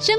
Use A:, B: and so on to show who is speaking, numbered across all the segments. A: 生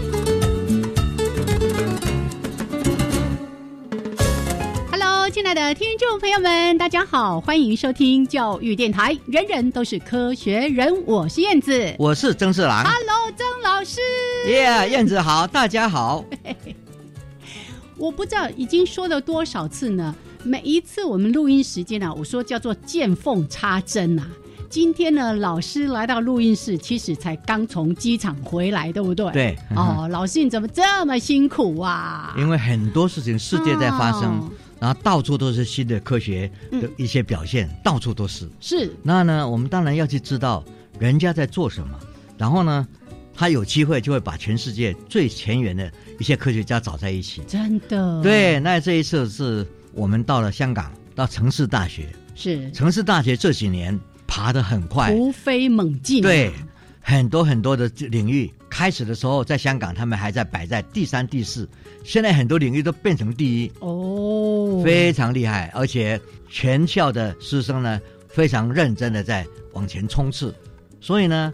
A: Hello，亲爱的听众朋友们，大家好，欢迎收听教育电台，人人都是科学人，我是燕子。
B: 我是曾志郎，
A: Hello，曾老师，
B: 耶、燕子好，大家好。
A: 我不知道已经说了多少次呢？每一次我们录音时间啊，我说叫做见缝插针啊。今天呢，老师来到录音室，其实才刚从机场回来，对不对？。
B: 对，
A: 哦，老师你怎么这么辛苦啊？
B: 因为很多事情世界在发生，
A: 哦
B: 然后到处都是新的科学的一些表现，到处都是。
A: 是
B: 那呢，我们当然要去知道人家在做什么，然后呢，他有机会就会把全世界最前沿的一些科学家找在一起。
A: 真的，，
B: 对，那这一次是我们到了香港，到城市大学。
A: 是
B: 城市大学这几年爬得很快，
A: 突飞猛进、
B: 对，，很多很多的领域，开始的时候在香港，他们还在摆在第三、第四，现在很多领域都变成第一，
A: 哦，
B: 非常厉害，而且全校的师生呢非常认真的在往前冲刺，所以呢，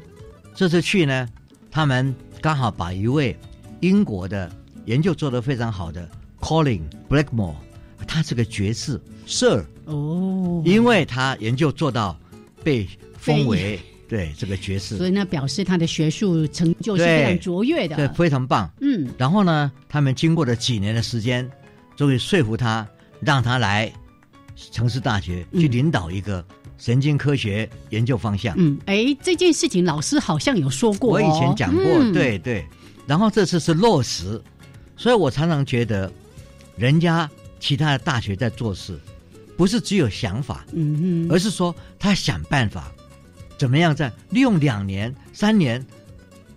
B: 这次去呢，他们刚好把一位英国的研究做得非常好的 Colin Blackmore，他是个爵士 Sir，
A: 哦，
B: 因为他研究做到被
A: 被
B: 封为对这个爵士
A: 所。以呢，啊表示他的学术成就是
B: 对
A: 非常卓越
B: 对，
A: 的。
B: 非常棒。
A: 嗯，
B: 然后呢，他们经过了几年的时间，终于说服他，让他来城市大学去
A: 嗯
B: 领导一个神经科学研究方向。
A: 嗯，哎，这件事情老师好像有说过、
B: 我以前讲过，
A: 嗯、，
B: 对对。然后这次是落实，所以我常常觉得，人家其他的大学在做事，不是只有想法，
A: 嗯
B: 而
A: 哼，
B: 是说他想办法，怎么样在利用两年、三年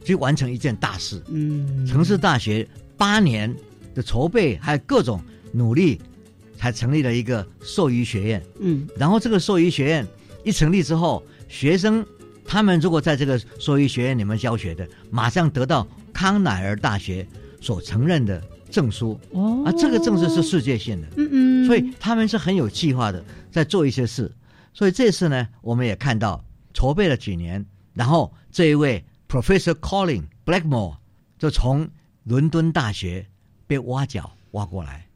B: 去完成一件大事。
A: 嗯，
B: 城市大学八年的筹备，还有各种努力，才成立了一个兽医学院。
A: 嗯
B: 然后这个兽医学院一成立之后，学生他们如果在这个兽医学院里面教学的，马上得到康乃尔大学所承认的证书
A: 哦
B: 啊，这个证书是世界性的，
A: 嗯嗯，
B: 所以他们是很有计划的，在做一些事。所以这次呢，我们也看到筹备了几年，然后这一位 Professor Colin Blackmore 就从伦敦大学被挖角挖过来，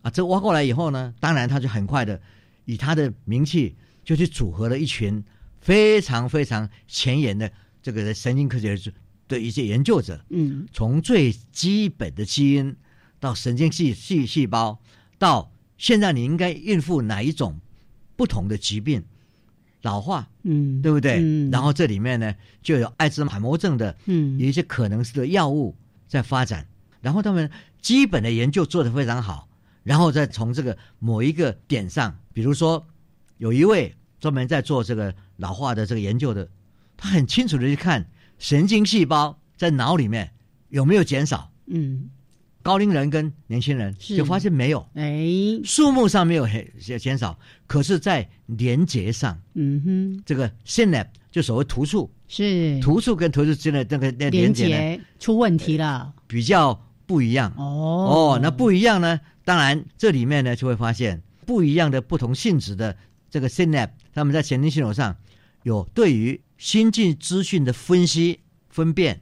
B: 啊，这挖过来以后呢，当然他就很快的以他的名气就去组合了一群非常非常前沿的这个神经科学的一些研究者，
A: 嗯
B: 从最基本的基因到神经系系细胞，到现在你应该应付哪一种不同的疾病，老化，
A: 嗯，
B: 对不对？
A: 嗯、
B: 然后这里面呢，就有艾滋海默症的
A: 嗯
B: 有一些可能是的药物在发展，然后他们基本的研究做得非常好，然后再从这个某一个点上，比如说有一位专门在做这个老化的这个研究的，他很清楚的去看神经细胞在脑里面有没有减少，
A: 嗯，
B: 高龄人跟年轻人
A: 是
B: 就发现没有，
A: 哎，
B: 数目上没有很减少，可是在连接上，
A: 嗯哼，
B: 这个 synapse 就所谓突触
A: 是
B: 图书跟图书之间的那个那
A: 连
B: 连接呢
A: 接出问题了。
B: 比较不一样。
A: 哦
B: 哦，那不一样呢，当然这里面呢就会发现不一样的不同性质的这个 synapse，他们在神经系统上有对于新进资讯的分析分辨，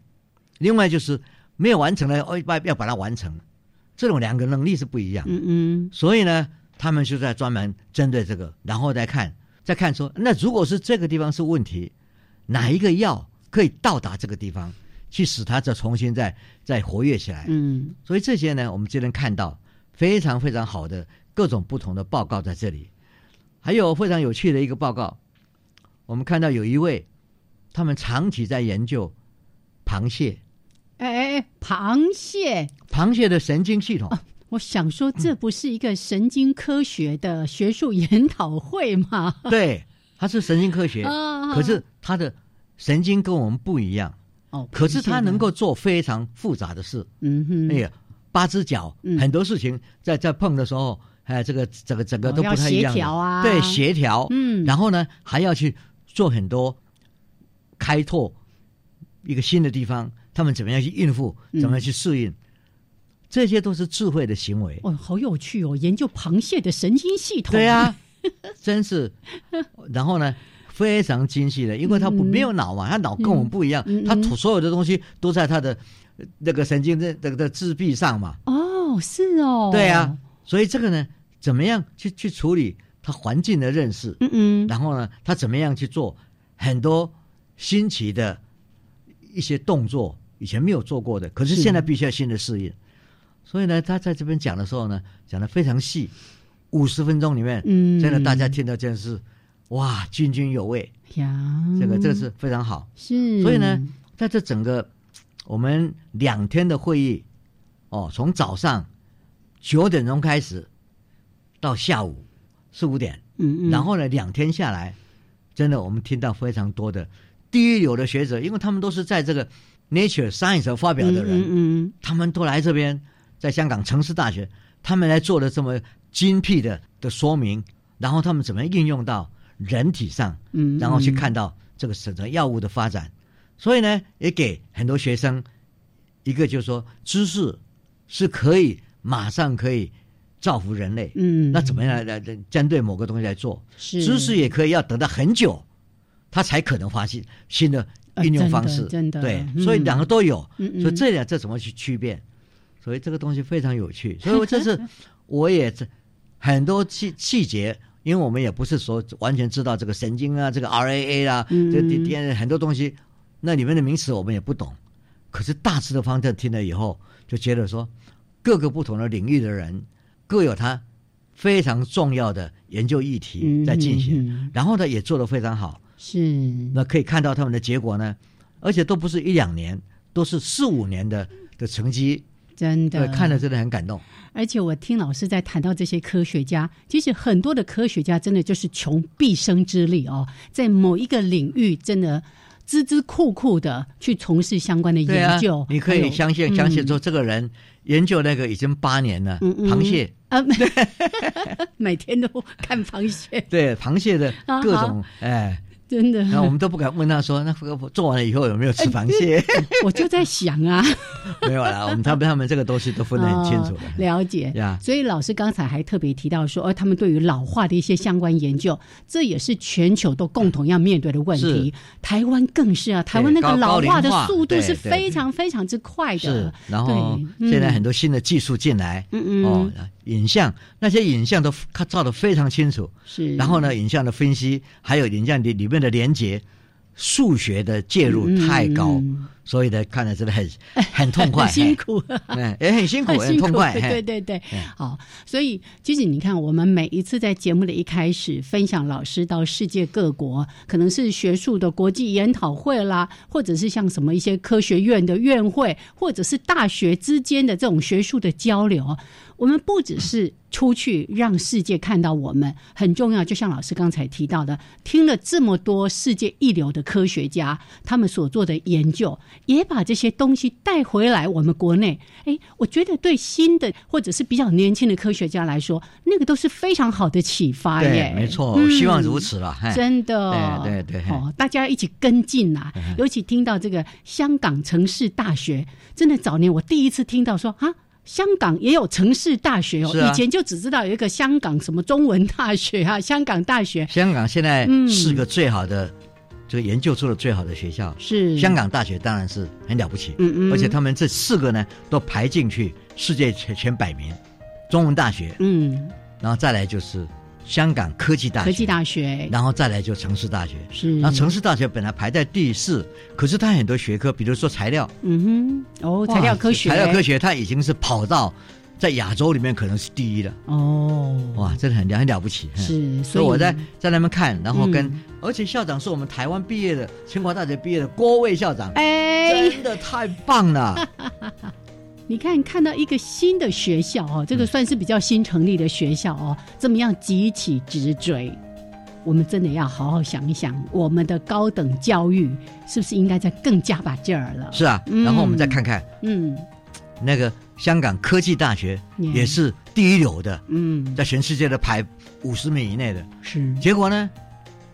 B: 另外就是没有完成的哦，要要把它完成，这种两个能力是不一样。
A: 嗯嗯，
B: 所以呢，他们就在专门针对这个，然后再看，再看说，那如果是这个地方是问题，哪一个药可以到达这个地方，去使它再重新再再活跃起来？
A: 嗯，
B: 所以这些呢，我们就能看到非常非常好的各种不同的报告在这里，还有非常有趣的一个报告，我们看到有一位，他们长期在研究螃蟹，
A: 哎哎哎，螃蟹，
B: 螃蟹的神经系统，
A: 我想说，这不是一个神经科学的学术研讨会吗？
B: 对，它是神经科学，
A: 啊
B: 可是它的神经跟我们不一样，
A: 哦，
B: 可是它
A: 螃蟹
B: 能
A: 呢，
B: 够做非常复杂的事，
A: 嗯哼，
B: 哎呀，八只脚，
A: 嗯
B: 很多事情在在碰的时候，哎，这个整个整个
A: 哦
B: 都
A: 要
B: 不太一样
A: 协
B: 的，
A: 调啊
B: 对，协调，
A: 嗯，
B: 然后呢，还要去做很多开拓一个新的地方，他们怎么样去应付，
A: 嗯
B: 怎么样去适应，这些都是智慧的行为。
A: 哦，好有趣哦，研究螃蟹的神经系统，
B: 对啊， 真是。然后呢，非常精细的，因为他不、
A: 嗯
B: 没有脑嘛，他脑跟我们不一样，
A: 嗯嗯
B: 他所有的东西都在他的呃那个神经的的的自闭上嘛。
A: 哦，是哦，
B: 对啊，，所以这个呢，怎么样去去处理他环境的认识，
A: 嗯嗯，
B: 然后呢，他怎么样去做很多新奇的一些动作，以前没有做过的，可是
A: 是
B: 现在必须要新的适应。所以呢，他在这边讲的时候呢，讲的非常细，五十分钟里面，
A: 嗯
B: 真的大家听到真的是哇，津津有味，
A: 呀，
B: 这个这个是非常好。
A: 是，
B: 所以呢，在这整个我们两天的会议，哦，从早上九点钟开始到下午四五点，
A: 嗯嗯，
B: 然后呢，两天下来，真的我们听到非常多的第一流的学者，因为他们都是在这个 Nature Science 上发表的人，
A: 嗯嗯
B: 他们都来这边，在香港城市大学，他们来做了这么精辟的的说明，然后他们怎么样应用到人体上，
A: 嗯，嗯
B: 然后去看，到这个整个药物的发展。所以呢，也给很多学生一个就是说，知识是可以马上可以造福人类。
A: 嗯，
B: 那怎么样来来来针对某个东西来做？
A: 是
B: 知识也可以要等到很久，它才可能发现新的
A: 呃
B: 应用
A: 真
B: 方
A: 的
B: 式。
A: 真的
B: 对，
A: 嗯
B: 所以两个都有。
A: 嗯嗯
B: 所以这两这怎么去区别？所以这个东西非常有趣。所以我这 次我也这很多细细节，因为我们也不是说完全知道这个神经啊，这个 RAA 啦、
A: 嗯
B: 这 DNA 很多东西，那里面的名词我们也不懂。可是大致的方向听了以后，就觉得说各个不同的领域的人各有他非常重要的研究议题在进
A: 嗯
B: 行，
A: 嗯嗯
B: 然后呢也做得非常好。
A: 是
B: 那可以看到他们的结果呢，而且都不是一两年，都是四五年的的成绩，
A: 真的
B: 对，看了真的很感动。
A: 而且我听老师在谈到这些科学家，其实很多的科学家真的就是穷毕生之力哦，在某一个领域真的孜孜酷酷的去从事相关的
B: 对
A: 研
B: 啊
A: 究。，
B: 你可
A: 还
B: 以
A: 有嗯
B: 相信相信说这个人研究那个已经八年了，
A: 嗯嗯
B: 螃蟹，
A: 啊，每啊 每天都看螃蟹，
B: 对螃蟹的
A: 啊
B: 各
A: 好
B: 种哎，
A: 真的。
B: 然后我们都不敢问他说，那做完了以后有没有吃螃蟹？
A: 我就在想啊，
B: 没有啦，我们他们他们这个东西都分得很清楚
A: 哦
B: 的。
A: 了解
B: 呀
A: 所以老师刚才还特别提到说，呃，他们对于老化的一些相关研究，这也是全球都共同要面对的问题
B: 是。
A: 台湾更是啊，台湾那个
B: 高
A: 老
B: 高龄
A: 化的
B: 化
A: 速度
B: 对
A: 是
B: 对
A: 非常非常之快
B: 是
A: 的。，
B: 然后
A: 对
B: 现在
A: 嗯
B: 很多新的技术进来，
A: 嗯嗯，
B: 哦，影像那些影像都它照得非常清楚，
A: 是。
B: 然后呢，影像的分析，还有影像里里面的连接，数学的介入
A: 嗯
B: 太高，
A: 嗯
B: 所以呢，看了真 的很很痛快，
A: 很辛 苦，
B: 哎，也很辛苦，
A: 很
B: 很
A: 辛苦
B: 痛，快，
A: 对
B: 嘿嗯
A: 对对，好，所以其实你看，我们每一次在节目的一开始分享老师到世界各国，可能是学术的国际研讨会啦，或者是像什么一些科学院的院会，或者是大学之间的这种学术的交流，我们不只是出去让世界看到我们，很重要。就像老师刚才提到的，听了这么多世界一流的科学家他们所做的研究，也把这些东西带回来我们国内。哎，我觉得对新的或者是比较年轻的科学家来说，那个都是非常好的启发耶。
B: 对，没错，
A: 嗯
B: 希望如此了。嘿
A: 真的，
B: 对对对
A: 哦，大家一起跟进呐、尤其听到这个香港城市大学，真的早年我第一次听到说啊。香港也有城市大学哦，
B: 是啊
A: 以前就只知道有一个香港什么中文大学啊， 香港大学
B: 香港现在
A: 嗯
B: 是个最好的，这个研究出了最好的学校。
A: 是
B: 香，港大学当然是很了不起，
A: 嗯嗯，
B: 而且他们这四个呢都排进去世界前前百名，中文大学，
A: 嗯，
B: 然后再来就是香港科技大学，
A: 科技大学
B: 然后再来就城市大学。
A: 是，
B: 那城市大学本来排在第四，可是它很多学科，比如说材料，
A: 嗯哼，哦，材料科学，
B: 材料
A: 学，
B: 科学它已经是跑到在亚洲里面可能是第一了，
A: 哦，
B: 哇，真的很了很了不起。嗯
A: 是，
B: 所以我在在那边看，然后跟、
A: 嗯
B: 而且校长是我们台湾毕业的，清华大学毕业的郭卫校长，
A: 哎，
B: 真的太棒 了。
A: 你看，看到一个新的学校
B: 嗯
A: 哦，这个算是比较新成立的学校哦，这么样急起直追？我们真的要好好想一想，我们的高等教育是不是应该再更加把劲儿了？
B: 是啊，
A: 嗯
B: 然后我们再看看
A: 嗯
B: 那个香港科技大学
A: Yeah
B: 也是第一流的，
A: 嗯，
B: 在全世界的排五十名以内的。
A: 是，
B: 结果呢，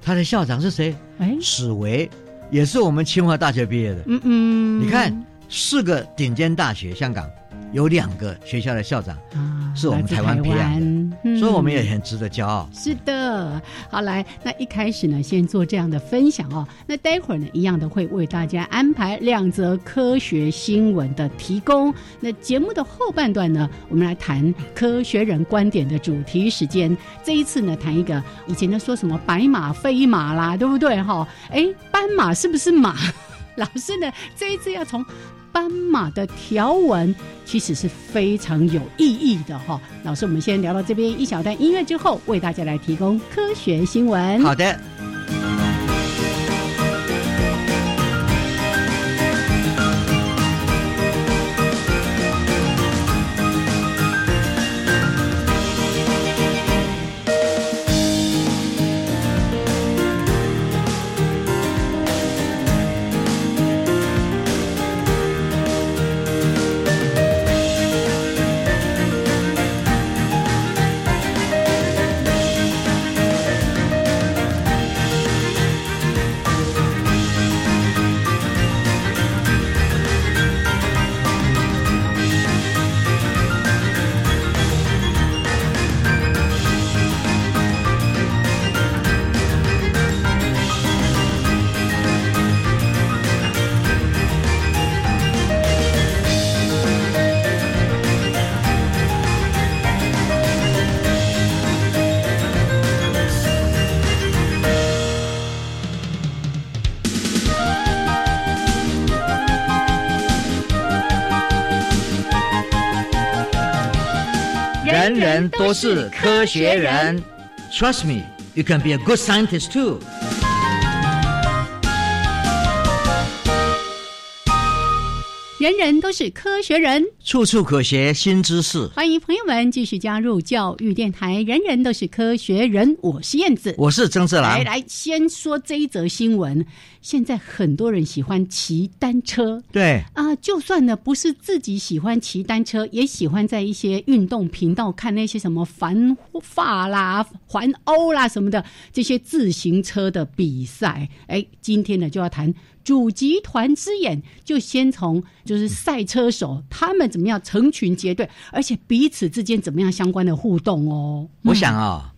B: 他的校长是谁？
A: 哎，
B: 史维，也是我们清华大学毕业的。
A: 嗯嗯，
B: 你看，四个顶尖大学，香港有两个学校的校长，
A: 啊，
B: 是我们
A: 来自
B: 台
A: 台
B: 湾培养的
A: 湾嗯
B: 所以我们也很值得骄傲。
A: 是的，好来，那一开始呢，先做这样的分享哦。那待会儿呢，一样的会为大家安排两则科学新闻的提供。那节目的后半段呢，我们来谈科学人观点的主题时间。这一次呢，谈一个以前呢说什么白马非马啦，对不对哈、哎，斑马是不是马？老师呢，这一次要从斑马的条纹其实是非常有意义的哈、老师，我们先聊到这边一小段音乐之后，为大家来提供科学新闻。
B: 好的。人人都是科学人。Trust me, you can be a good scientist too.
A: 人人都是科学人。
B: 处处可学新知识。
A: 欢迎朋友们继续加入教育电台，人人都是科学人。我是燕子。
B: 我是曾志郎
A: 来，来，先说这一则新闻。现在很多人喜欢骑单车，
B: 对，
A: 啊，就算呢不是自己喜欢骑单车，也喜欢在一些运动频道看那些什么环法啦、环欧啦什么的这些自行车的比赛。哎，今天呢就要谈主集团之眼，就先从就是赛车手他们怎么样成群结队，而且彼此之间怎么样相关的互动哦。
B: 我想啊、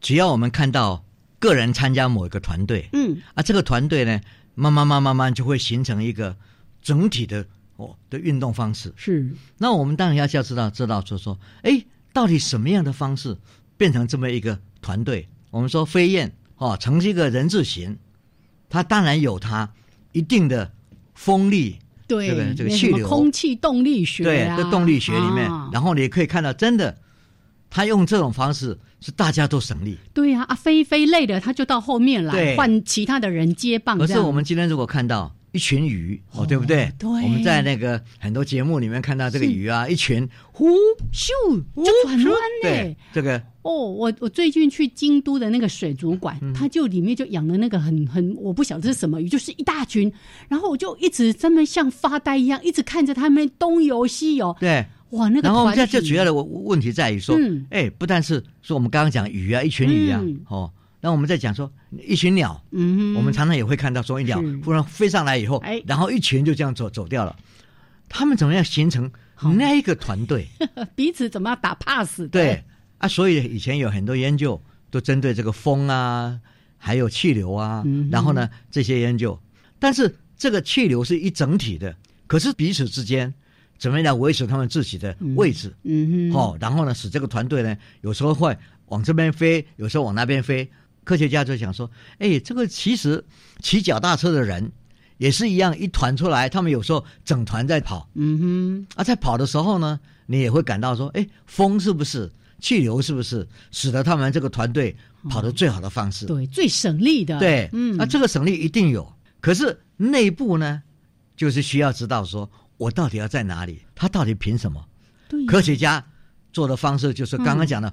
B: 只要我们看到个人参加某一个团队
A: 嗯，
B: 啊，这个团队呢，慢慢慢慢慢就会形成一个整体的哦的运动方式。
A: 是
B: 那我们当然要要知道知道，就是说，哎，到底什么样的方式变成这么一个团队？我们说飞燕哦，成是一个人字形，它当然有它一定的风力，
A: 对
B: 这个这个
A: 那什
B: 气
A: 么
B: 流
A: 空气动力学、
B: 对，
A: 啊，
B: 在动力学里面，
A: 啊
B: 然后你也可以看到，真的，他用这种方式是大家都省力。
A: 对啊呀、啊，飞飞累了，他就到后面来
B: 对
A: 换其他的人接棒。
B: 可
A: 这
B: 是
A: 样
B: 我们今天如果看到一群鱼哦，对不对？
A: 对
B: 我们在那个很多节目里面看到这个
A: 是
B: 鱼啊，一群呼
A: 咻
B: 呼
A: 就转弯嘞
B: 对。，这个
A: 哦，我我最近去京都的那个水族馆，
B: 嗯
A: 它就里面就养了那个很很我不晓得是什么鱼，就是一大群，然后我就一直他们像发呆一样，一直看着他们东游西游，
B: 对。
A: 哇，那个
B: 然后我们现在
A: 团
B: 最
A: 体
B: 主要的问问题在于说
A: 嗯，
B: 哎，不但是说我们刚刚讲鱼啊，一群鱼啊
A: 嗯，
B: 哦，那我们在讲说一群鸟，
A: 嗯哼，
B: 我们常常也会看到说一哎鸟
A: 是
B: 忽然飞上来以后
A: 哎，
B: 然后一群就这样走走掉了，他们怎么样形成那一个团队？
A: 彼此怎么样打 pass 的
B: 对，啊，所以以前有很多研究都针对这个风啊，还有气流啊，
A: 嗯哼
B: 然后呢这些研究，但是这个气流是一整体的，可是彼此之间怎么样来维持他们自己的位置？
A: 嗯哼，
B: 哦，然后呢，使这个团队呢，有时候会往这边飞，有时候往那边飞。科学家就想说，哎，这个其实骑脚踏车的人也是一样，一团出来，他们有时候整团在跑，
A: 嗯
B: 啊，在跑的时候呢，你也会感到说，哎，风是不是气流是不是使得他们这个团队跑得最好的方式？
A: 哼，对，最省力的，
B: 对，
A: 哦嗯，
B: 那这个省力一定有。可是内部呢，就是需要知道说我到底要在哪里，他到底凭什么？
A: 对
B: 科学家做的方式就是刚刚讲的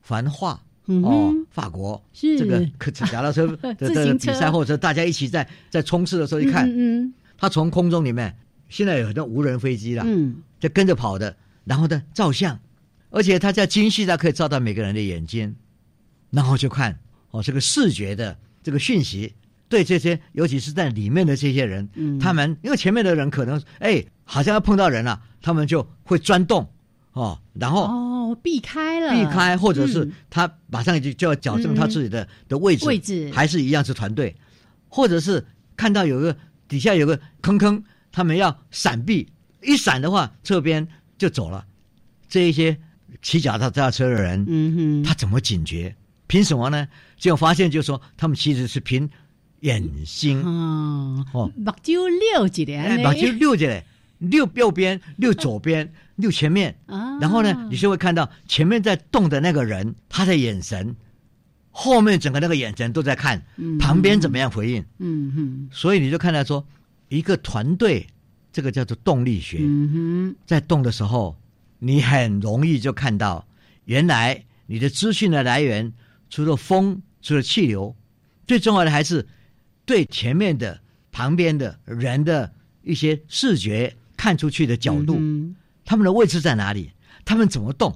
B: 繁化。
A: 嗯
B: 哦
A: 哼，
B: 法国
A: 是
B: 这个 可脚踏车的
A: 自
B: 的
A: 行
B: 比
A: 车
B: 赛，或者大家一起在在冲刺的时候，一
A: 嗯
B: 看
A: 嗯
B: 他从空中里面，现在有很多无人飞机啦，
A: 嗯
B: 就跟着跑的，然后呢照相，而且它在精细到可以照到每个人的眼睛，然后就看哦这个视觉的这个讯息，对这些尤其是在里面的这些人，
A: 嗯
B: 他们因为前面的人可能哎好像要碰到人了、他们就会钻洞哦，然
A: 嗯，
B: 后
A: 哦，避开了，
B: 避开，或者是
A: 嗯
B: 他马上就就要矫正他自己的、的位置，
A: 位置
B: 还是一样是团队，或者是看到有个底下有个坑坑，他们要闪避，一闪的话侧边就走了。这一些骑脚踏踏车的人，
A: 嗯哼，
B: 他怎么警觉？凭什么呢？结果发现就是说他们其实是凭眼睛，
A: 哦，
B: 哦
A: 目睭溜一点
B: 哎，把就溜着嘞，溜右边，溜左边，溜前面，
A: 啊，
B: 然后呢，你就会看到前面在动的那个人，他的眼神，后面整个那个眼神都在看
A: 嗯
B: 旁边怎么样回应，
A: 嗯哼，
B: 所以你就看到说，一个团队，这个叫做动力学，
A: 嗯
B: 在动的时候，你很容易就看到，原来你的资讯的来源除了风，除了气流，最重要的还是对前面的、旁边的人的一些视觉看出去的角
A: 哼，
B: 度。
A: 嗯
B: 他们的位置在哪里，他们怎么动，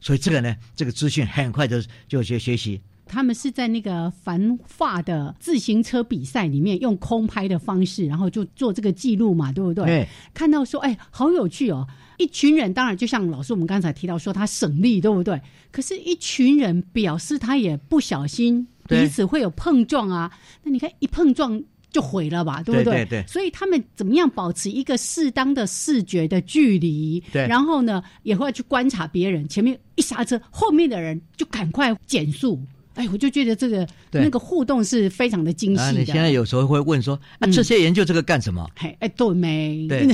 B: 所以这个呢，这个资讯很快就就学学习。
A: 他们是在那个繁华的自行车比赛里面用空拍的方式，然后就做这个记录嘛，对不对？
B: 对
A: 看到说，哎，好有趣哦！一群人，当然就像老师我们刚才提到说，他省力，对不对？可是，一群人表示他也不小心，
B: 对
A: 彼此会有碰撞啊。那你看，一碰撞就毁了吧，对不
B: 对
A: 对？
B: 对对
A: 所以他们怎么样保持一个适当的视觉的距离？
B: 对
A: 然后呢，也会去观察别人，前面一刹车，后面的人就赶快减速。哎，我就觉得这个
B: 对
A: 那个互动是非常的嗯精
B: 啊，你
A: 细
B: 现在
A: 的。
B: 有时候会问说，啊，这些研究这个干什么？
A: 哎哎，对没？
B: 对，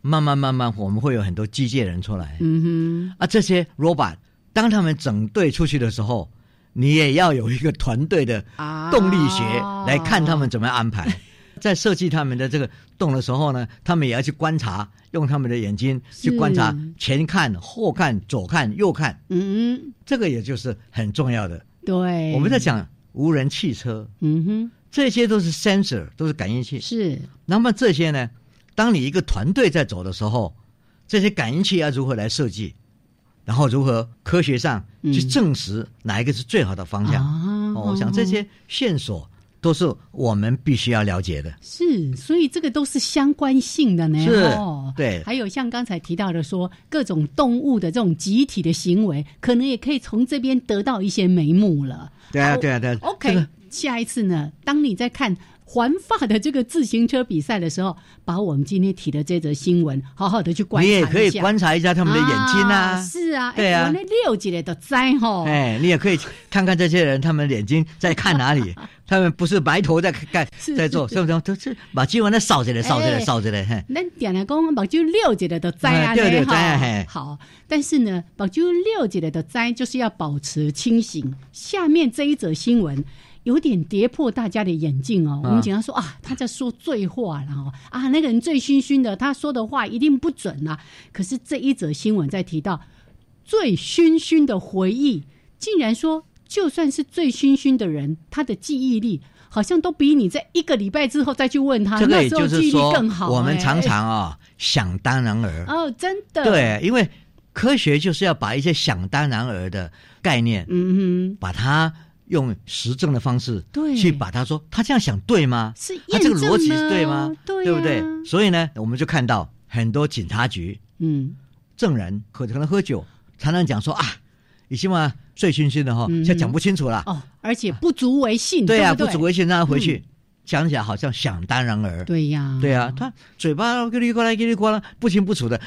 B: 慢慢慢慢，我们会有很多机械人出来、
A: 嗯哼，
B: 啊，这些 robot，当他们整队出去的时候，你也要有一个团队的
A: 啊，
B: 动力学来看他们怎么样安排。在设计他们的这个动的时候呢，他们也要去观察，用他们的眼睛去
A: 是
B: 观察前看、后看、左看、右看，
A: 嗯，
B: 这个也就是很重要的。
A: 对，
B: 我们在，讲无人汽车，
A: 嗯哼，
B: 这些都是 sensor，都是感应器。
A: 是，
B: 那么这些呢，当你一个团队在走的时候，这些感应器要如何来设计，然后如何科学上去
A: 嗯
B: 证实哪一个是最好的方向？
A: 啊
B: 哦，我想这些线索都是我们必须要了解的。
A: 是，所以这个都是相关性的呢。
B: 是
A: 哦、
B: 对
A: 还有像刚才提到的说，各种动物的这种集体的行为，可能也可以从这边得到一些眉目了。
B: 对啊，
A: 好
B: 对啊，对啊。
A: OK，、
B: 这个
A: 下一次呢，当你在看环法的这个自行车比赛的时候，把我们今天提的这则新闻好好的去观察
B: 你
A: 一
B: 也
A: 下，
B: 可以观察一下他们的眼睛
A: 啊哦
B: 啊，
A: 是啊，哎
B: 对啊
A: 我那六级的都在吼。
B: 哎，你也可以看看这些人，他们眼睛在看 哪里？他们不是埋头在干，
A: 是
B: 在做，所以说都是把鸡往那扫着嘞，扫着嘞，
A: 哎
B: 扫着嘞。嘿
A: 咱点来讲，目睭溜一个就知啊，
B: 嗯对对
A: 吼
B: 知啊嘿
A: 好，但是呢，目睭溜一个就知，就是要保持清醒。下面这一则新闻有点跌破大家的眼镜哦。
B: 啊
A: 我们经常说啊，他在说醉话然后啊，那个人醉醺醺的，他说的话一定不准啦、可是这一则新闻在提到醉醺醺的回忆，竟然说就算是醉醺醺的人，他的记忆力。好像都比你在一个礼拜之后再去问他，
B: 这个
A: 啊那
B: 也
A: 时候
B: 就
A: 记
B: 是
A: 忆力
B: 说
A: 更好、，
B: 我们
A: 哎
B: 常常啊、想当然而，
A: 哦，真的，，
B: 嗯对，因为科学就是要把一些想当然而的概念，
A: 嗯哼，
B: 把它用实证的方式
A: 对，
B: 去把它说，他这样想对吗？
A: 是验
B: 他
A: 证
B: 这个逻辑
A: 啊
B: 是对吗？
A: 对、
B: 不对？？所以呢，我们就看到很多警察局
A: 嗯，
B: 证人可可能喝酒，常常讲说啊，已经嘛醉醺醺的哈，
A: 嗯
B: 现在讲不清楚了。
A: 哦，而且不足为信，
B: 啊对呀、
A: 不嗯
B: 不足为信，让他回去、讲起来好像想当然而。
A: 对呀，
B: 对呀、他嘴巴叽里呱啦叽里呱啦，不清不楚的，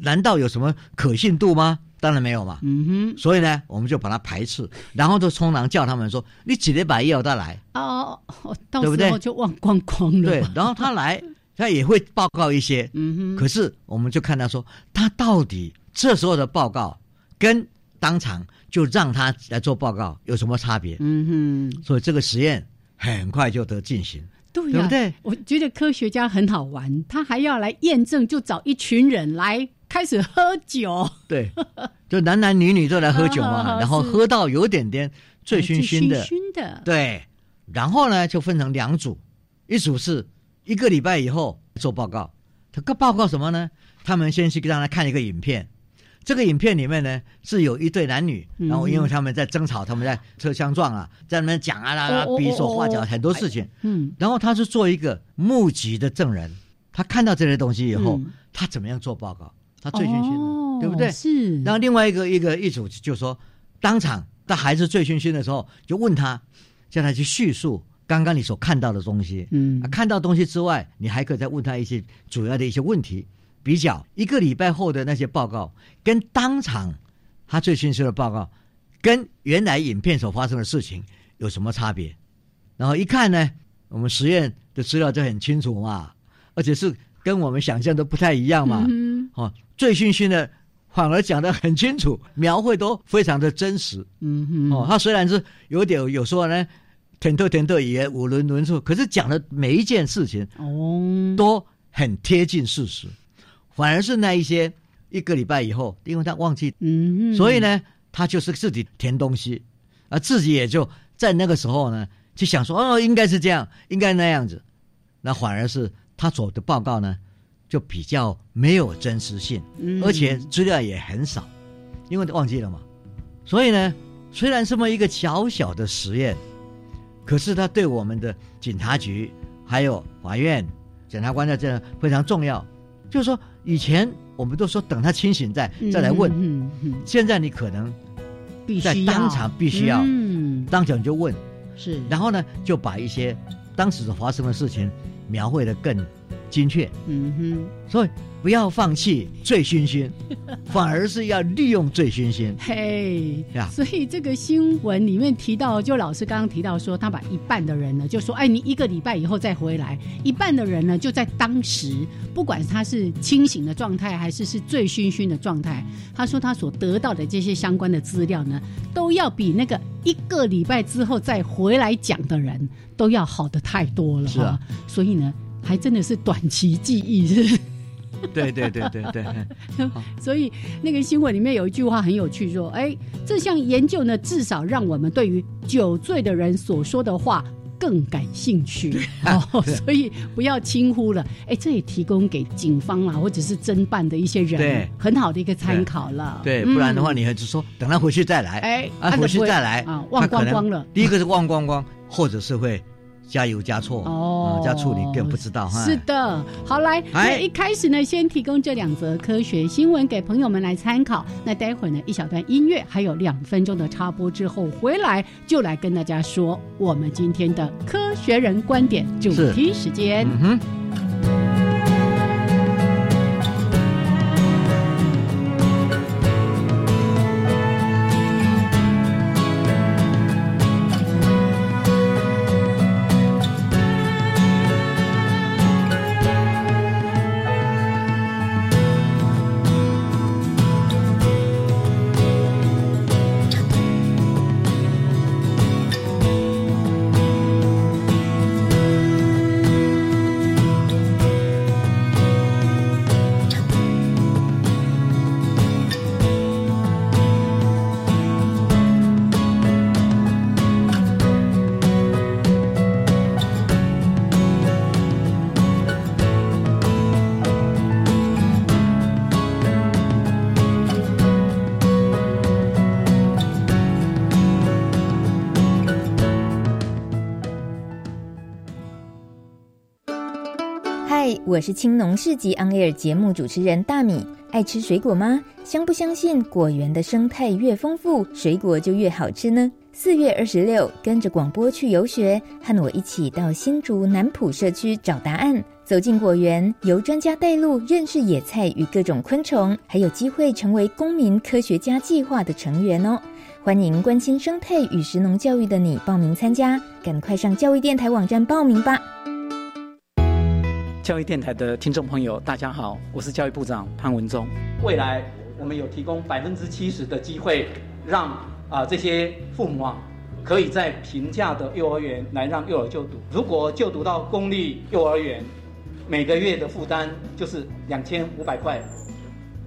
B: 难道有什么可信度吗？当然没有嘛。
A: 嗯
B: 所以呢，我们就把他排斥，然后就匆忙叫他们说：“你几礼拜要再来
A: 哼，哦，哦到
B: 对不
A: 时候
B: 对
A: 就忘光？”光了，
B: 对，，然后他来，他也会报告一些。
A: 嗯哼，
B: 可是我们就看他说，他到底这时候的报告跟当场就让他来做报告有什么差别？
A: 嗯哼，
B: 所以这个实验很快就得进行，
A: 对
B: 对
A: 呀，
B: 不对？
A: 我觉得科学家很好玩，他还要来验证，就找一群人来开始喝酒，
B: 对， 就男男女女都来喝酒 嘛，
A: 啊
B: 然后
A: 是
B: 喝到有点点醉醺醺的，
A: 醺的，
B: 对，然后呢就分成两组，一组是一个礼拜以后做报告，他个报告什么呢？他们先去让他看一个影片，这个影片里面呢是有一对男女，
A: 嗯
B: 然后因为他们在争吵，他们在车相撞啊，在那边讲啊啦啦
A: 哦哦，
B: 比手
A: 哦
B: 画脚
A: 哦
B: 很多事情，
A: 嗯，
B: 然后他是做一个目击的证人，他看到这些东西以后，
A: 嗯
B: 他怎么样做报告？他醉醺醺的，
A: 哦
B: 对不对？
A: 是，
B: 然后另外一个一个一组就说，当场他孩子醉醺醺的时候，就问他，叫他去叙述刚刚你所看到的东西。
A: 嗯
B: 啊，看到东西之外，你还可以再问他一些主要的一些问题，比较一个礼拜后的那些报告，跟当场他醉醺醺的报告，跟原来影片所发生的事情有什么差别？然后一看呢，我们实验的资料就很清楚嘛，而且是跟我们想象的不太一样嘛。
A: 嗯
B: 哦，醉醺醺的反而讲得很清楚， 描绘都非常的真实。
A: 哼，嗯哼，
B: 哦，他虽然是有点有时候呢，舔豆舔豆也五轮轮数，可是讲的每一件事情
A: 哦，
B: 都很贴近事实，反而是那一些一个礼拜以后，因为他忘记，
A: 嗯哼，
B: 所以呢，他就是自己填东西，啊，自己也就在那个时候呢，就想说哦，应该是这样，应该那样子，那反而是他所的报告呢，就比较没有真实性。
A: 嗯，
B: 而且资料也很少，因为忘记了嘛。所以呢，虽然这么一个小小的实验，可是它对我们的警察局还有法院检察官的这非常重要。就是说，以前我们都说等他清醒再再来问，
A: 嗯嗯嗯
B: 现在你可能
A: 必须
B: 在
A: 要
B: 当场必须要
A: 嗯，
B: 当场就问，
A: 是，
B: 然后呢就把一些当时所发生的事情描绘的更精确。
A: 嗯
B: 所以不要放弃醉醺 醺，反而是要利用醉醺醺。
A: 哼，嘿
B: 呀
A: 所以这个新闻里面提到，就老师刚刚提到说，他把一半的人呢，就说，哎，你一个礼拜以后再回来；一半的人呢，就在当时，不管他是清醒的状态，还是是醉醺醺的状态，他说他所得到的这些相关的资料呢，都要比那个一个礼拜之后再回来讲的人都要好的太多了。
B: 是啊
A: 哈，所以呢，还真的是短期记忆，是不是？
B: 对对对对对，
A: 所以那个新闻里面有一句话很有趣，说：“哎，这项研究呢，至少让我们对于酒醉的人所说的话。”更感兴趣哦，所以不要轻忽了。哎，这也提供给警方啦，或者是侦办的一些人
B: 对
A: 很好的一个参考了。
B: 对，
A: 嗯
B: 不然的话，你还是说等他回去再来，
A: 哎，
B: 啊，
A: 不
B: 回去
A: 会
B: 再来
A: 啊，忘光光。
B: 他
A: 了
B: 可。能第一个是忘光光，或者是会加油加错，
A: 哦
B: 啊加醋你更不知道哈。
A: 是的，好来，那
B: 啊哎
A: 一开始呢，先提供这两则科学新闻给朋友们来参考。那待会儿呢，一小段音乐，还有两分钟的插播之后，回来就来跟大家说我们今天的科学人观点主
B: 是
A: 题时间。
B: 嗯哼。
C: Thank 嗨，我是青农市集 On Air 节目主持人大米。爱吃水果吗？相不相信果园的生态越丰富，水果就越好吃呢？四月二十六，跟着广播去游学，和我一起到新竹南浦社区找答案。走进果园，由专家带路，认识野菜与各种昆虫，还有机会成为公民科学家计划的成员哦。欢迎关心生态与食农教育的你报名参加，赶快上教育电台网站报名吧。
D: 教育电台的听众朋友，大家好，我是教育部长潘文忠。未来我们有提供百分之七十的机会，让啊、这些父母啊，可以在平价的幼儿园来让幼儿就读。如果就读到公立幼儿园，每个月的负担就是两千五百块；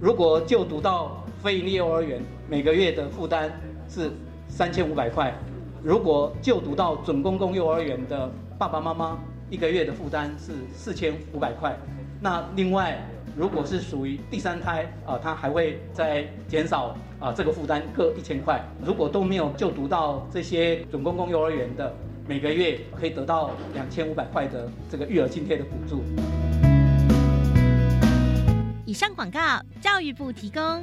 D: 如果就读到非营利幼儿园，每个月的负担是三千五百块；如果就读到准公共幼儿园的爸爸妈妈，一个月的负担是四千五百块。那另外，如果是属于第三胎啊、呃，它还会再减少啊、呃这个负担各一千块。如果都没有就读到这些准公共幼儿园的，每个月可以得到两千五百块的这个育儿津贴的补助。
E: 以上广告，教育部提供。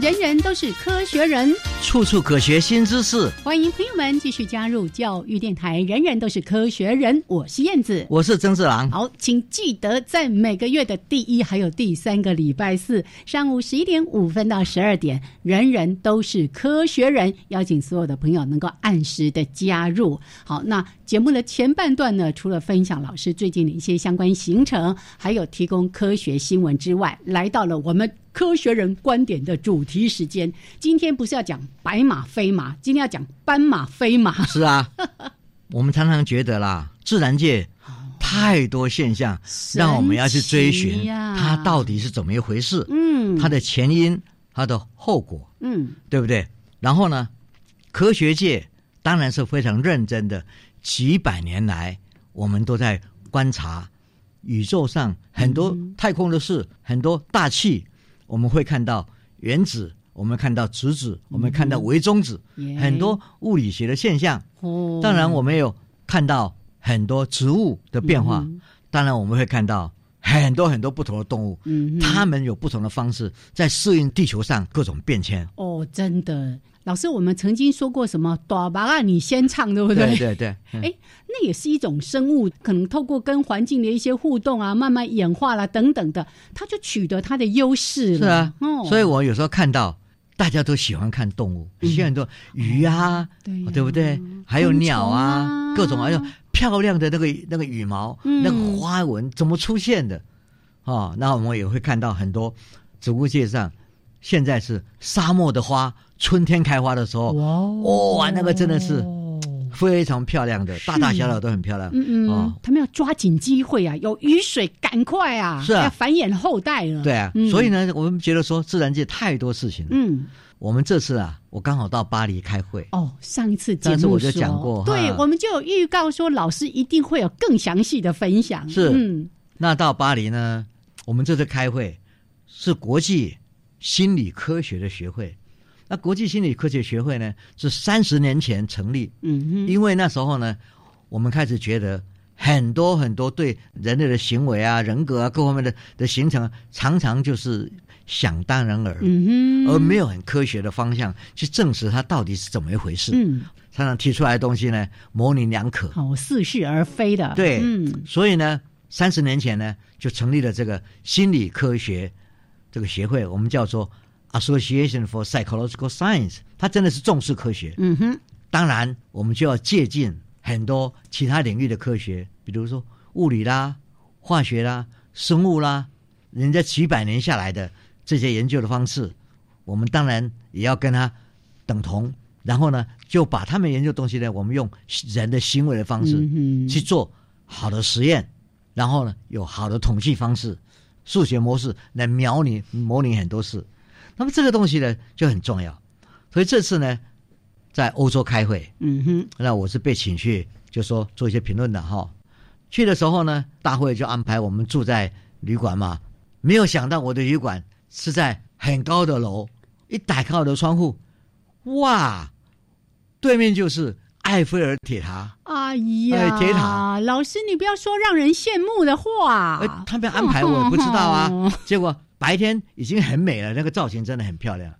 A: 人人都是科学人。
B: 处处可学新知识。
A: 欢迎朋友们继续加入教育电台，人人都是科学人，我是燕子。
B: 我是曾志 郎。
A: 好，请记得在每个月的第一还有第三个礼拜四上午十一点五分到十二点，人人都是科学人，邀请所有的朋友能够按时的加入。好，那节目的前半段呢，除了分享老师最近的一些相关行程，还有提供科学新闻之外，来到了我们。科学人观点的主题时间，今天不是要讲白马非马，今天要讲斑马非马。
B: 是啊，我们常常觉得啦，自然界太多现象，
A: 神
B: 让我们要去追寻
A: 奇呀
B: 它到底是怎么一回事，
A: 嗯，
B: 它的前因，它的后果，
A: 嗯
B: 对不对？然后呢，科学界当然是非常认真的，几百年来我们都在观察宇宙上很多
A: 嗯
B: 太空的事，很多大气，我们会看到原子，我们看到质子，我们看到微中子，
A: 耶
B: 很多物理学的现象。
A: 哦，
B: 当然，我们有看到很多植物的变化，
A: 嗯
B: 当然我们会看到很多很多不同的动物，
A: 嗯哼，
B: 它们有不同的方式在适应地球上各种变迁。
A: 哦，真的，老师，我们曾经说过什么“短巴啊，你先唱”，对不对？
B: 对对对，嗯
A: 哎那也是一种生物，可能透过跟环境的一些互动啊，慢慢演化啦等等的，它就取得它的优势了。
B: 是啊
A: 哦，
B: 所以我有时候看到大家都喜欢看动物，喜欢很多鱼啊，
A: 对嗯哎呀
B: 对不对？还有鸟
A: 昆虫啊
B: 各种还有漂亮的那个那个羽毛、
A: 嗯
B: 那个花纹怎么出现的？哦，那我们也会看到很多植物界上，现在是沙漠的花，春天开花的时候，
A: 哇哦
B: 哇那个真的是非常漂亮的，大大小小都很漂亮。
A: 嗯
B: 哦
A: 嗯，他们要抓紧机会啊，有雨水赶快啊，
B: 是啊
A: 要繁衍后代了。
B: 对啊，
A: 嗯
B: 所以，呢，我们觉得说自然界太多事情了。
A: 嗯，
B: 我们这次啊，我刚好到巴黎开会，
A: 哦，上一次节目
B: 上次我就
A: 说
B: 讲过
A: 对
B: 哈，
A: 我们就有预告说老师一定会有更详细的分享。
B: 是
A: 嗯，
B: 那到巴黎呢，我们这次开会是国际心理科学的学会。那国际心理科学学会呢，是三十年前成立，
A: 嗯哼，
B: 因为那时候呢，我们开始觉得很多很多对人类的行为啊、人格啊各方面的的形成，啊常常就是想当然尔，
A: 嗯哼，
B: 而没有很科学的方向去证实它到底是怎么一回事。
A: 嗯，
B: 常常提出来的东西呢，模棱两可。
A: 好似是而非的。
B: 对
A: 嗯
B: 所以呢，三十年前呢，就成立了这个心理科学这个协会，我们叫做 Association for Psychological Science，它真的是重视科学。
A: 嗯哼，
B: 当然，我们就要借鉴很多其他领域的科学，比如说物理啦、化学啦、生物啦，人家几百年下来的这些研究的方式，我们当然也要跟它等同。然后呢，就把他们研究的东西呢，我们用人的行为的方式
A: 嗯哼
B: 去做好的实验，然后呢，有好的统计方式、数学模式来模拟模拟很多事。那么这个东西呢就很重要。所以这次呢，在欧洲开会，
A: 嗯哼，
B: 那我是被请去，就说做一些评论的哈。去的时候呢，大会就安排我们住在旅馆嘛，没有想到我的旅馆是在很高的楼，一打开我的窗户，哇，对面就是埃菲尔铁塔，
A: 哎呀，
B: 哎铁塔
A: 老师，你不要说让人羡慕的
B: 呃
A: 话，。
B: 他们安排我也不知道 啊
A: 哦。
B: 结果白天已经很美了，那个造型真的很漂亮。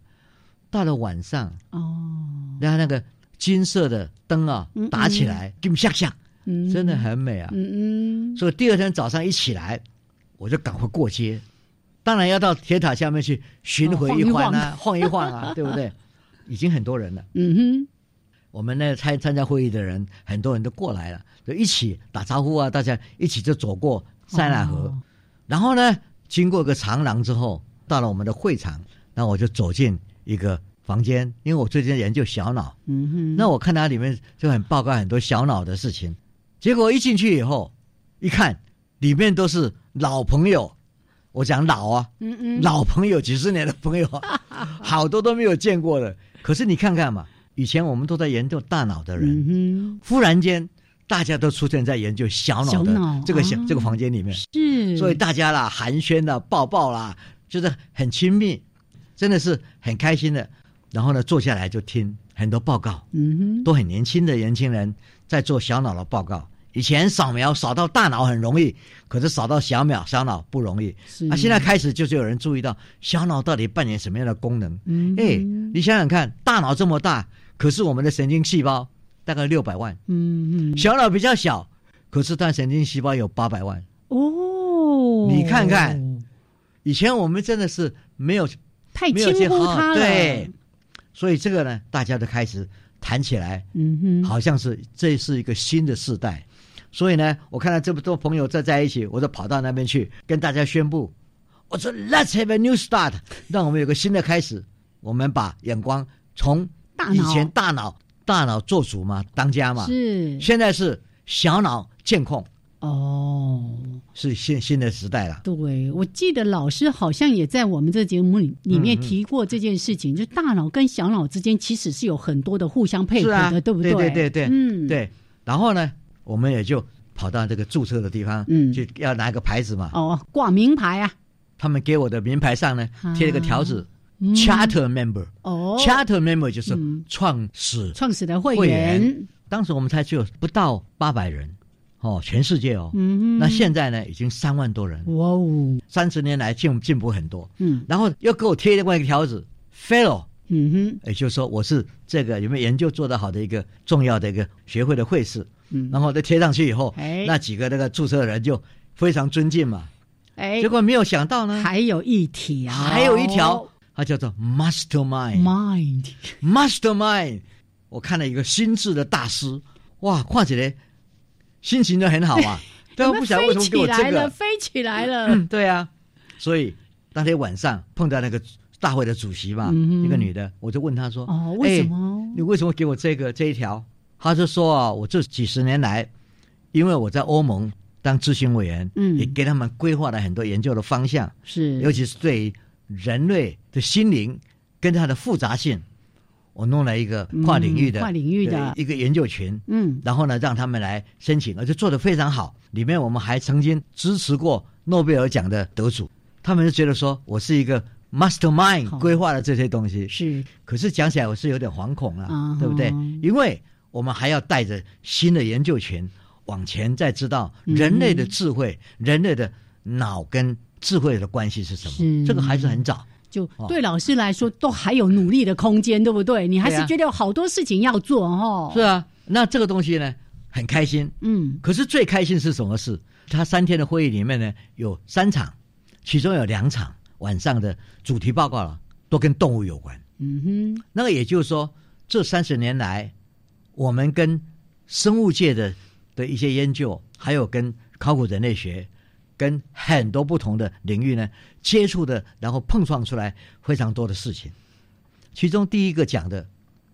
B: 到了晚上，
A: 哦，
B: 然后那个金色的灯啊
A: 嗯嗯
B: 打起来，金闪闪，
A: 嗯
B: 真的，很美啊。
A: 嗯嗯，
B: 所以第二天早上一起来，我就赶快过街，当然要到铁塔下面去巡回
A: 哦
B: 一番啊，晃一晃啊，对不 对？已经很多人了，
A: 嗯
B: 我们那参参加会议的人，很多人都过来了，就一起打招呼啊，大家一起就走过塞纳河，
A: 哦
B: 然后呢，经过个长廊之后，到了我们的会场，那我就走进一个房间，因为我最近研究小脑，
A: 哼，嗯哼，
B: 那我看它里面就很报告很多小脑的事情，结果一进去以后，一看里面都是老朋友，我讲老啊，
A: 嗯嗯，
B: 老朋友几十年的朋友， 好多都没有见过的。可是你看看嘛，以前我们都在研究大脑的人，
A: 嗯
B: 忽然间大家都出现在研究小脑
A: 小脑
B: 的这个小
A: 啊
B: 这个房间里面
A: 哼，，是，
B: 所以大家啦寒暄啦抱抱啦，就是很亲密，真的是很开心的。然后呢，坐下来就听很多报告。
A: 嗯哼，
B: 都很年轻的年轻人在做小脑的报告。以前扫描扫到大脑很容易，可是扫到小秒小脑不容易。
A: 是
B: 啊，现在开始就是有人注意到小脑到底扮演什么样的功能。
A: 嗯
B: 哎、
A: 哼
B: 你想想看，大脑这么大，可是我们的神经细胞大概六百万，
A: 嗯嗯，
B: 小脑比较小，可是它神经细胞有八百万。
A: 哦，
B: 你看看，以前我们真的是没有
A: 太
B: 没有
A: 轻
B: 见
A: 忽
B: 哦
A: 他了，
B: 对，，所以这个呢，大家都开始谈起来。
A: 嗯哼，
B: 好像是这是一个新的世代，所以呢，我看到这么多朋友在在一起，我就跑到那边去跟大家宣布，我说 Let's have a new start，让我们有个新的开始。我们把眼光从
A: 大
B: 以
A: 脑
B: 前大脑大脑做主嘛，当家嘛，
A: 是
B: 现在是小脑监控，
A: 哦。
B: 是新新的时代了。
A: 对，我记得老师好像也在我们这节目里里面提过这件事情，就大脑跟小脑之间其实是有很多的互相配合
B: 是
A: 的，
B: 啊
A: 对不对
B: 对对对对
A: 嗯，，
B: 对，然后呢，我们也就跑到这个注册的地方，
A: 嗯
B: 就要拿一个牌子嘛。
A: 哦，挂名牌啊，
B: 他们给我的名牌上呢
A: 啊
B: 贴了个条子、
A: 嗯
B: Charter Member。
A: 哦，
B: Charter member 就是
A: 嗯
B: 创始，
A: 创始的会
B: 会
A: 员，
B: 员当时我们才只有不到八百人，哦，全世界哦。
A: 嗯，
B: 那现在呢，已经三万多人，
A: 哇哦，
B: 三十年来进进步很多。
A: 嗯
B: 然后又给我贴另外一个条子，Fellow，
A: 嗯哼，
B: 也就是说我是这个有没有研究做得好的一个重要的一个学会的会士。
A: 嗯
B: 然后再贴上去以后，
A: 哎
B: 那几个那个注册人就非常尊敬嘛。
A: 哎
B: 结，果没有想到呢，
A: 还有一条，
B: 还有一条，哎它叫做 Mastermind。
A: mind，
B: Mastermind，我看了一个心智的大师，哇，看起来心情都很好 啊。但我不晓得为什么给我
A: 飞起来
B: 这
A: 了，
B: 个，
A: 飞起来了，
B: 嗯，对啊。所以那天晚上碰到那个大会的主席嘛，
A: 嗯哼
B: 一个女的，我就问她说：“
A: 哦，为什
B: 哎
A: 么？
B: 你为什么给我这个这一条？”她就说：“啊，我这几十年来，因为我在欧盟当咨询委员，
A: 嗯
B: 也给他们规划了很多研究的方向，
A: 是，
B: 尤其是对于人类的心灵跟它的复杂性，我弄了一个跨领域的、
A: 嗯跨领域的
B: 对一个研究群，
A: 嗯，
B: 然后呢，让他们来申请，而且做得非常好。里面我们还曾经支持过诺贝尔奖的得主，他们就觉得说我是一个 mastermind
A: 好
B: 规划了这些东西，
A: 是，
B: 可是讲起来我是有点惶恐了、
A: 啊哈
B: 对不对？因为我们还要带着新的研究群往前，再知道人类的智慧、人类的脑跟智慧的关系是什
A: 是
B: 么。这个还是很早，
A: 就
B: 哦
A: 对老师来说，都还有努力的空间，对不对？你还
B: 对
A: 是
B: 啊
A: 觉得有好多事情要做哦。
B: 是，啊。那这个东西呢，很开心。
A: 嗯，
B: 可是最开心是什么事？他三天的会议里面呢，有三场，其中有两场晚上的主题报告了，啊都跟动物有关。
A: 嗯哼，
B: 那个也就是说，这三十年来，我们跟生物界的的一些研究，还有跟考古人类学，跟很多不同的领域呢接触的，然后碰撞出来非常多的事情。其中第一个讲的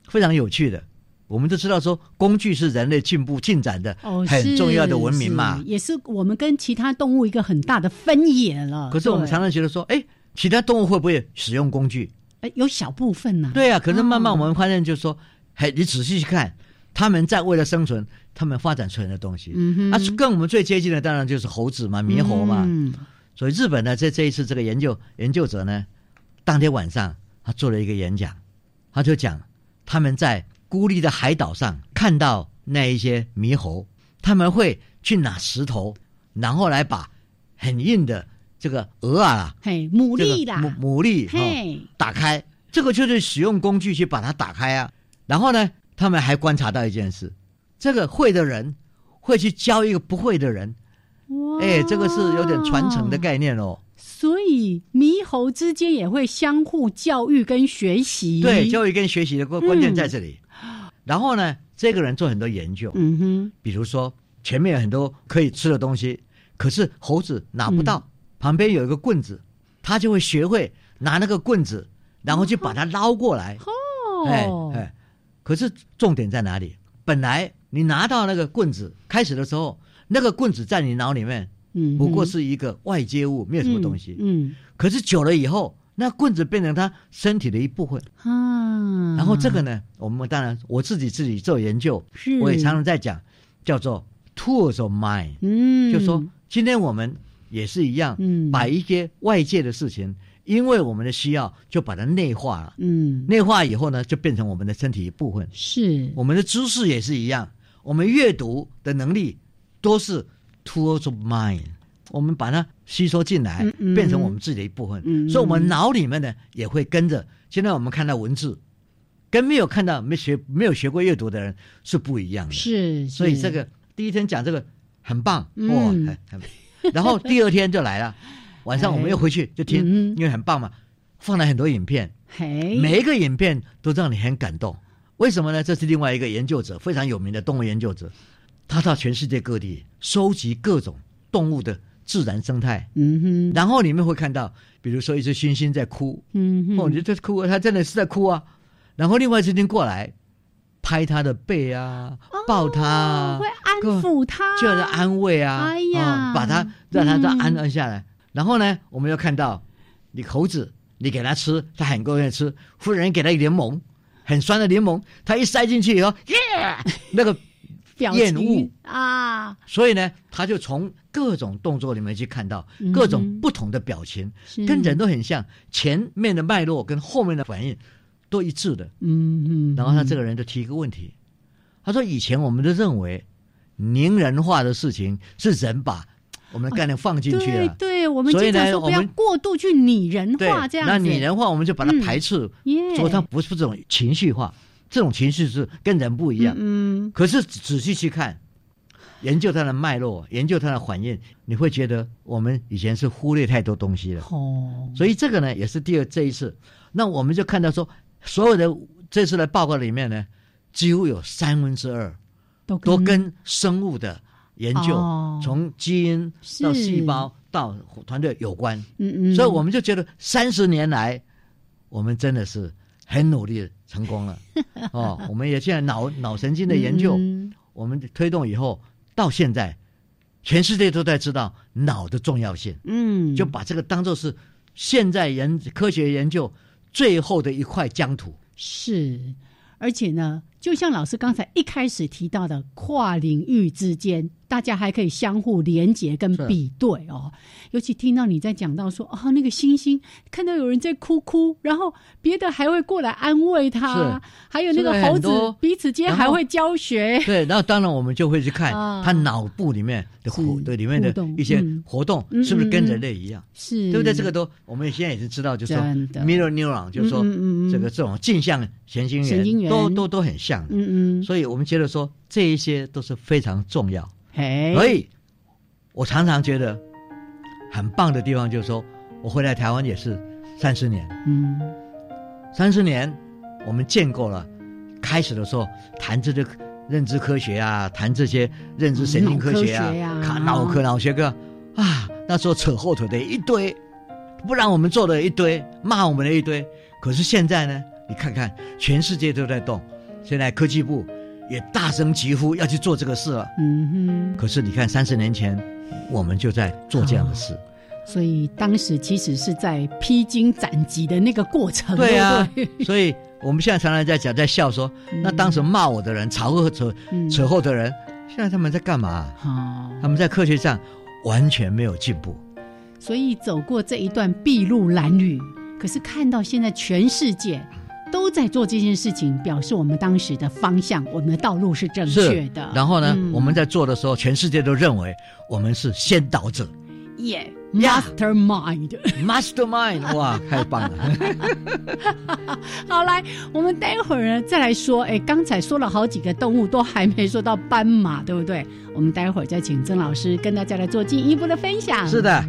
B: 非常有趣的，我们都知道说，工具是人类进步进展的
A: 哦，
B: 很
A: 是
B: 重要的文明嘛。
A: 是也是我们跟其他动物一个很大的分野了。
B: 可是我们
A: 对
B: 常常觉得说，哎，其他动物会不会使用工具？
A: 呃有小部分呢、
B: 对啊，可是慢慢
A: 哦
B: 我们发现，就是说，嘿，你仔细去看，他们在为了生存，他们发展出来的东西。
A: 嗯哼
B: 啊，跟我们最接近的当然就是猴子嘛，猕猴嘛。
A: 嗯
B: 所以日本呢，在这一次这个研究研究者呢，当天晚上他做了一个演讲，他就讲他们在孤立的海岛上看到那一些猕猴，他们会去拿石头，然后来把很硬的这个鹅啊，
A: 嘿，牡
B: 这个
A: 蛎啦，
B: 牡牡蛎，哦
A: 嘿，
B: 打开，这个就是使用工具去把它打开啊。然后呢，他们还观察到一件事：这个会的人会去教一个不会的人，
A: 哇
B: 哎，这个是有点传承的概念哦。
A: 所以猕猴之间也会相互教育跟学习。
B: 对，教育跟学习的关关键在这里。然后呢，这个人做很多研究，
A: 嗯哼，
B: 比如说前面有很多可以吃的东西，可是猴子拿不到，
A: 嗯
B: 旁边有一个棍子，他就会学会拿那个棍子，然后就把它捞过来。哎
A: 哦，
B: 哎，可是重点在哪里？本来你拿到那个棍子，开始的时候，那个棍子在你脑里面
A: 嗯哼，
B: 不过是一个外接物，没有什么东西。
A: 嗯
B: 可是久了以后，那棍子变成他身体的一部分。
A: 嗯啊，
B: 然后这个呢，我们当然我自己自己做研究，
A: 是
B: 我也常常在讲，叫做 tools of mind，、
A: 嗯，
B: 就说今天我们也是一样，
A: 嗯
B: 把一些外界的事情，因为我们的需要，就把它内化了。
A: 嗯
B: 内化以后呢，就变成我们的身体一部分。
A: 是
B: 我们的知识也是一样，我们阅读的能力都是 tools of mind，我们把它吸收进来，
A: 嗯嗯
B: 变成我们自己的一部分。
A: 嗯
B: 所以，我们脑里面呢也会跟着。现在我们看到文字，跟没有看到、没学、没有学过阅读的人是不一样的。
A: 是，
B: 所以
A: 是
B: 这个第一天讲这个很棒，
A: 嗯
B: 哇，很很。然后第二天就来 了，晚上我们又回去就听，
A: 嗯哎
B: 因为很棒嘛，放了很多影片。
A: 嘿
B: 每一个影片都让你很感动。为什么呢？这是另外一个研究者，非常有名的动物研究者，他到全世界各地收集各种动物的自然生态，
A: 嗯哼
B: 然后你们会看到，比如说一只猩猩在哭，
A: 嗯哼
B: 哦，你这哭，它真的是在哭啊。然后另外一只猩过来拍它的背啊，抱它啊，
A: 哦会安抚他，
B: 就是安慰啊，
A: 哎呀
B: 哦把它让它都
A: 嗯
B: 安顿下来。然后呢，我们又看到你猴子，你给它吃，它很高兴地吃；夫人给它柠檬，很酸的柠檬，它一塞进去以后， 耶，那个，
A: 表
B: 厌
A: 情
B: 恶
A: 啊，
B: 所以呢，它就从各种动作里面去看到
A: 嗯
B: 各种不同的表情，
A: 是
B: 跟人都很像，前面的脉络跟后面的反应都一致的。
A: 嗯嗯，
B: 然后他这
A: 个
B: 个人就提一个问题，他说：“以前我们都认为拟人化的事情是人把我们的概念放进去
A: 对
B: 了，
A: 对，我们
B: 所以
A: 经常
B: 呢
A: 说
B: 我
A: 不要
B: 们
A: 过度去拟哦人
B: 对
A: 化，这样子，嗯
B: 那拟人化我们就把它排斥，
A: 耶，
B: 说它不是这种情绪化，这种情绪是跟人不一样。
A: 嗯
B: 可是仔细去看，研究它的脉络，研究它的反应，你会觉得我们以前是忽略太多东西了。”
A: 哦，
B: 所以这个呢，也是第二这一次，那我们就看到说，所有的这次的报告里面呢，几乎有三分之二
A: 都
B: 都跟生物的研究，
A: 哦
B: 从基因到
A: 是
B: 细胞到团队有关，
A: 嗯嗯，
B: 所以我们就觉得三十年来，我们真的是很努力地成 功了哦。我们也现在脑脑神经的研究，
A: 嗯
B: 我们推动以后到现在，全世界都在知道脑的重要性。
A: 嗯，
B: 就把这个当做是现在研科学研究最后的一块疆土。
A: 是，而且呢，就像老师刚才一开始提到的，跨领域之间，大家还可以相互连接跟
B: 是
A: 比对哦。尤其听到你在讲到说，哦，那个星星看到有人在哭哭，然后别的还会过来安慰他
B: 是，
A: 还有那个
B: 是
A: 猴
B: 很多
A: 子彼此间
B: 然
A: 还
B: 后
A: 会教学。
B: 对，然后当然我们就会去看
A: 啊
B: 他脑部里面的活
A: 是
B: 对里面
A: 互
B: 的
A: 动
B: 一些
A: 嗯
B: 活动
A: 嗯
B: 是不是跟
A: 嗯
B: 人类一样，
A: 是，
B: 对不对？这个都我们现在已经知道，就是说
A: 真的
B: mirror neuron，就是说
A: 嗯嗯嗯
B: 这个这种镜像神经
A: 神经元
B: 元都都都很像的，
A: 嗯嗯，
B: 所以我们觉得说这一些都是非常重要。
A: 哎，
B: 所以，我常常觉得很棒的地方就是说，我回来台湾也是三十年。
A: 嗯，
B: 三十年，我们建构了。开始的时候谈这个认知科学啊，谈这些认知神经科学
A: 脑科学啊
B: 啊，看脑科、脑学科啊，那时候扯后腿的一堆，不让我们做的一堆，骂我们的一堆。可是现在呢，你看看全世界都在动，现在科技部也大声疾呼要去做这个事了。
A: 嗯
B: 可是你看，三十年前我们就在做这样的事。
A: 哼，所以当时其实是在披荆斩棘的那个过程，
B: 对
A: 呀
B: 啊， 所以我们现在常常在讲，在笑说，那当时骂我的人、吵后扯
A: 嗯
B: 扯后的人，现在他们在干嘛、
A: 好，
B: 他们在科学上完全没有进步。
A: 所以走过这一段筚路蓝缕，可是看到现在全世界都在做这件事情，表示我们当时的方向，我们的道路是正确的。
B: 然后呢，
A: 嗯
B: 我们在做的时候，全世界都认为我们是先导者
A: 耶、
B: 呀
A: mastermind。
B: ，mastermind，哇，太棒 了！
A: 好，来，我们待会儿呢再来说。哎，刚才说了好几个动物，都还没说到斑马，对不对？我们待会儿再请曾老师跟大家来做进一步的分享。
B: 是的。